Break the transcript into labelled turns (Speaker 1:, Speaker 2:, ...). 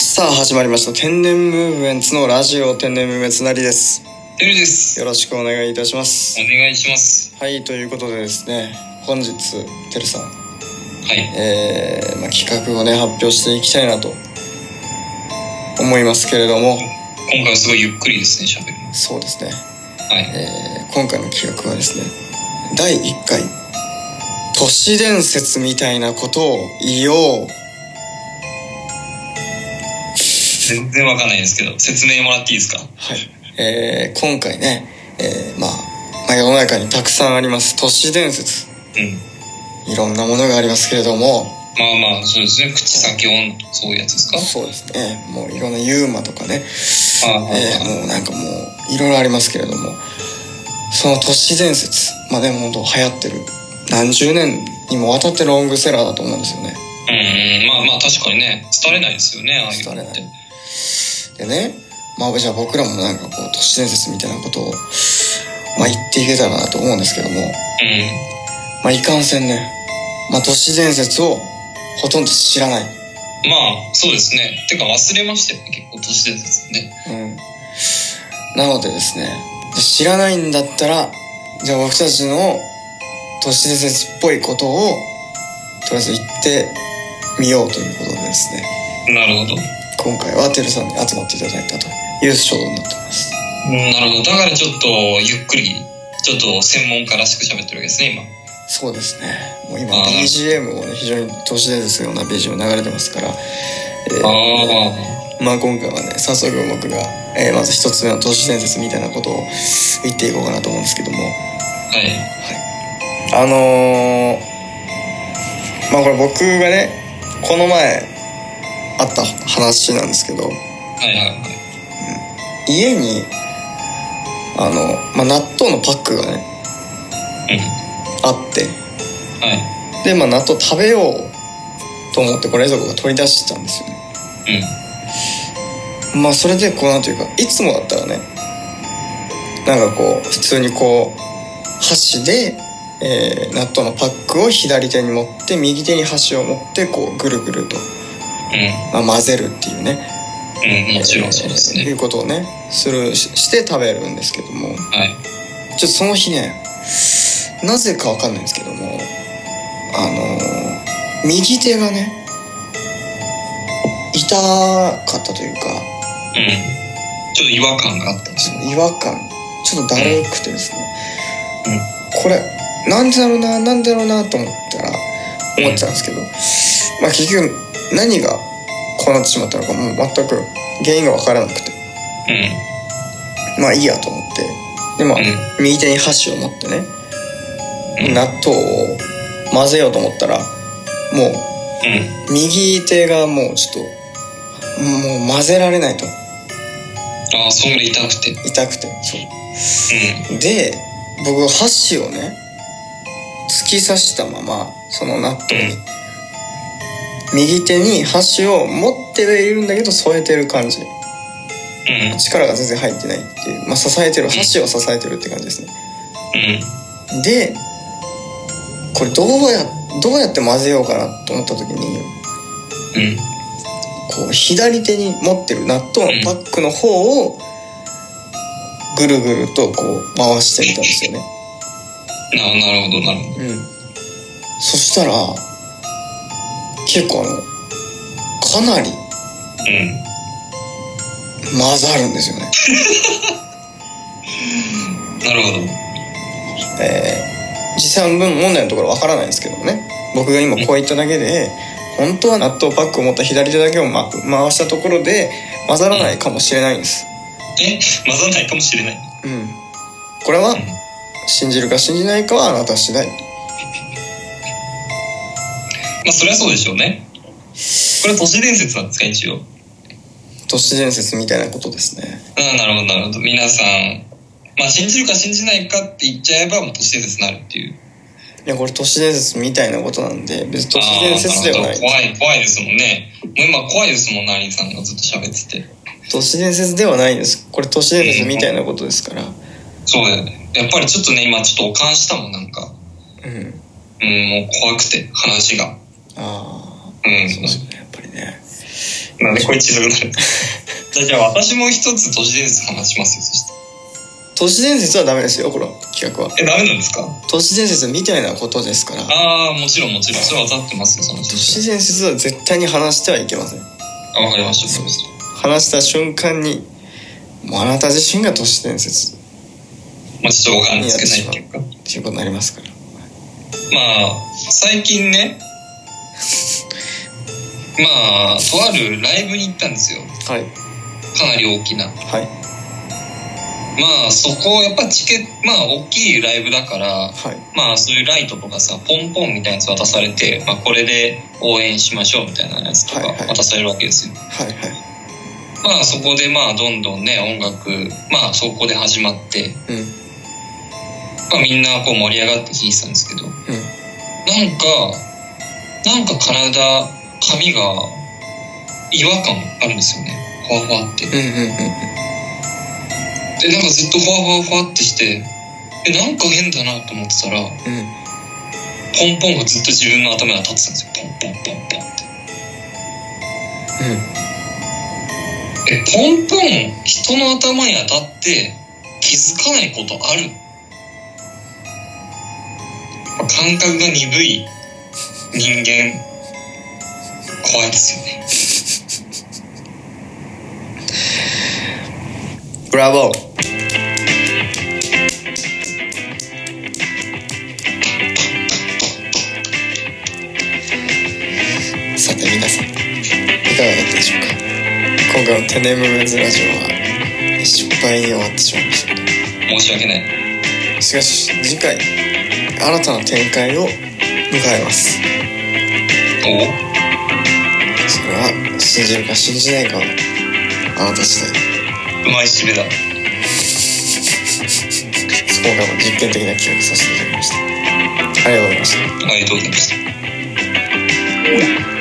Speaker 1: さあ始まりました天然ムーブメンツのラジオ天然ムーブメンツなりです
Speaker 2: てるです。
Speaker 1: よろしくお願いいたします
Speaker 2: お願いします。
Speaker 1: はいということでですね本日てるさん、
Speaker 2: はい。
Speaker 1: えーまあ、企画をね発表していきたいなと思いますけれども
Speaker 2: 今回はすごいゆっくりですね、喋るの。
Speaker 1: そうですね、
Speaker 2: はい。
Speaker 1: えー今回の企画はですね第1回都市伝説みたいなことを言おう
Speaker 2: 全然わかんないですけど、説明もらっていいですか
Speaker 1: はい、えー今回ね、えーまあ、まあ世の中にたくさんあります都市伝説
Speaker 2: うん。
Speaker 1: いろんなものがありますけれども
Speaker 2: まあまあ、そうですね。口先女とかそういうやつですか
Speaker 1: そうですねもういろんなユーマとかね、
Speaker 2: ああ、はい
Speaker 1: えーもうなんかもういろいろありますけれどもその都市伝説まあでも本当流行ってる何十年にもわたってロングセラーだと思うんですよね
Speaker 2: うんうん。まあまあ、確かにね、伝われないですよね、ああいうのっ
Speaker 1: 伝
Speaker 2: て。
Speaker 1: でねまあじゃあ僕らもなんかこう都市伝説みたいなことを、まあ、言っていけたらなと思うんですけども
Speaker 2: う
Speaker 1: まあいかんせんねまあ都市伝説をほとんど知らない
Speaker 2: ん。まあ、そうですね。てか忘れましたよね、結構、都市伝説ね。
Speaker 1: うんなのでですね知らないんだったらじゃあ僕たちの都市伝説っぽいことをとりあえず言ってみようということでですね
Speaker 2: なるほど。
Speaker 1: 今回はてるさんに集まっていただいたという衝動になってます
Speaker 2: うんなるほど。だからちょっと、ゆっくり、ちょっと専門家らしく喋ってるわけですね、今。
Speaker 1: そうですねもう今
Speaker 2: あー
Speaker 1: BGM をね非常に都市伝説のような BGM 流れてますから、えー
Speaker 2: あ
Speaker 1: まあ今回はね早速僕が、えーまず一つ目の都市伝説みたいなことを言っていこうかなと思うんですけども
Speaker 2: あ。はい。
Speaker 1: あのー、まあこれ僕がねこの前あった話なんですけど
Speaker 2: はいはいはい。
Speaker 1: 家にあの、まあ、納豆のパックがね
Speaker 2: うん。
Speaker 1: あって
Speaker 2: はい。
Speaker 1: で、まあ、納豆食べようと思ってこれ冷蔵庫が取り出してたんですよね
Speaker 2: うん。
Speaker 1: まあそれでこうなんというかいつもだったらねなんかこう普通にこう箸で、えー納豆のパックを左手に持って右手に箸を持ってこうぐるぐると、
Speaker 2: う
Speaker 1: まあ、混ぜるっていうね
Speaker 2: ん、うん、もちろんそうです
Speaker 1: えー
Speaker 2: ね。
Speaker 1: いうことをねするしして食べるんですけどもちょ
Speaker 2: はい。
Speaker 1: っとその日ねなぜかわかんないんですけどもあのー右手がね痛かったというか
Speaker 2: うん。ちょっと違和感があったんです
Speaker 1: そ
Speaker 2: よ。
Speaker 1: の違和感ちょっとだるくてですね、これなんでだろうななんでだろうなと思ったら
Speaker 2: うん
Speaker 1: 思ってたんですけど、まあ結局何がこうなってしまったのかもう全く原因がわからなくて
Speaker 2: うん。
Speaker 1: まあいいやと思ってでまあ、
Speaker 2: う
Speaker 1: 右手に箸を持ってね
Speaker 2: うん
Speaker 1: 納豆を混ぜようと思ったらも
Speaker 2: うん。
Speaker 1: う右手がもうちょっともう混ぜられないと
Speaker 2: ああ、そんぐらい痛くて。
Speaker 1: 痛くて
Speaker 2: う
Speaker 1: で僕箸をね突き刺したままその納豆に、
Speaker 2: うん
Speaker 1: 右手に箸を持ってはいるんだけど添えてる感じ
Speaker 2: ん。うん。
Speaker 1: 力が全然入ってないっていうまあ支えてる箸を支えてるって感じですね
Speaker 2: うん。
Speaker 1: でこれどうやどうやって混ぜようかなと思った時に
Speaker 2: うん。
Speaker 1: こう左手に持ってる納豆のパックの方をぐるぐるとこう回してみたんですよね、
Speaker 2: ななるほど、なるほど。
Speaker 1: うん、そしたら結構あのかなり
Speaker 2: うん。
Speaker 1: 混ざるんですよね
Speaker 2: なるほど。
Speaker 1: えー実際分問題のところわからないんですけどもね僕が今こう言っただけで本当は納豆パックを持った左手だけを、ま、回したところで混ざらないかもしれないんです
Speaker 2: え、混ざんないかもしれない。
Speaker 1: うんこれは
Speaker 2: うん。
Speaker 1: 信じるか信じないかはあなた次第
Speaker 2: まあ、それはそうでしょうね。これは都市伝説なんですか、一応。
Speaker 1: 都市伝説みたいなことですね
Speaker 2: ああ、なるほど、なるほど。皆さん、まあ、信じるか信じないかって言っちゃえば、もう都市伝説になるっていう。
Speaker 1: いやこれ都市伝説みたいなことなんで別に都市伝説ではな
Speaker 2: ああ
Speaker 1: い
Speaker 2: るほど怖い、怖いですもんね。もう今、怖いですもん、ナリンさんがずっと喋ってて。
Speaker 1: 都市伝説ではないですこれ都市伝説みたいなことですから
Speaker 2: そうだよね。やっぱりちょっとね、今ちょっとおかんしたもん、なんか。
Speaker 1: うん
Speaker 2: うん、もう怖くて、話が。
Speaker 1: ああ
Speaker 2: うん。
Speaker 1: そうですねやっぱりね
Speaker 2: なんでこれ一度にな るじゃあじゃあ私も一つ都市伝説話しますよそして
Speaker 1: 都市伝説はダメですよこの企画は
Speaker 2: えダメなんですか
Speaker 1: 都市伝説みたいなことですから
Speaker 2: ああもちろんもちろんそれは分かってますよその
Speaker 1: 都
Speaker 2: 知
Speaker 1: 市
Speaker 2: 識
Speaker 1: 伝説は絶対に話してはいけません
Speaker 2: あ分かりましたそうです
Speaker 1: 話した瞬間にもうあなた自身が都市伝説っ
Speaker 2: まあちょっと分かんないですけど何言ってるか
Speaker 1: ていうことになりますから
Speaker 2: まあ最近ね まあとあるライブに行ったんですよ
Speaker 1: はい
Speaker 2: かなり大きな
Speaker 1: はい
Speaker 2: まあそこやっぱチケットまあ大きいライブだから
Speaker 1: はい
Speaker 2: まあそういうライトとかさポンポンみたいなやつ渡されて、まあ、これで応援しましょうみたいなやつとか
Speaker 1: はいはい
Speaker 2: 渡されるわけですよ、
Speaker 1: はいは
Speaker 2: まあそこでまあどんどんね音楽まあそこで始まって、
Speaker 1: いうん
Speaker 2: まあ、みんなこう盛り上がって聴いてたんですけどなんか
Speaker 1: うん
Speaker 2: なんか体髪が違和感あるんですよねふわふわって
Speaker 1: うんうんうん
Speaker 2: でなんかずっとふわふわふわってしてえなんか変だなと思ってたら
Speaker 1: うん
Speaker 2: ポンポンがずっと自分の頭に当たってたんですよポンポンポンポンってえポンポン人の頭に当たって気づかないことある感覚が鈍い人間怖いですよね
Speaker 1: ブラボーさて皆さんいかがだったでしょうか今回の「テネムメズラジオ」は失敗に終わってしまいました
Speaker 2: 申し訳ない
Speaker 1: しかし次回新たな展開を迎えます
Speaker 2: お
Speaker 1: それは信じるか信じないかはあなた次第
Speaker 2: うまいしめだ
Speaker 1: そこが実験的な企画させていただきましたありがとうございました
Speaker 2: ありがとうございました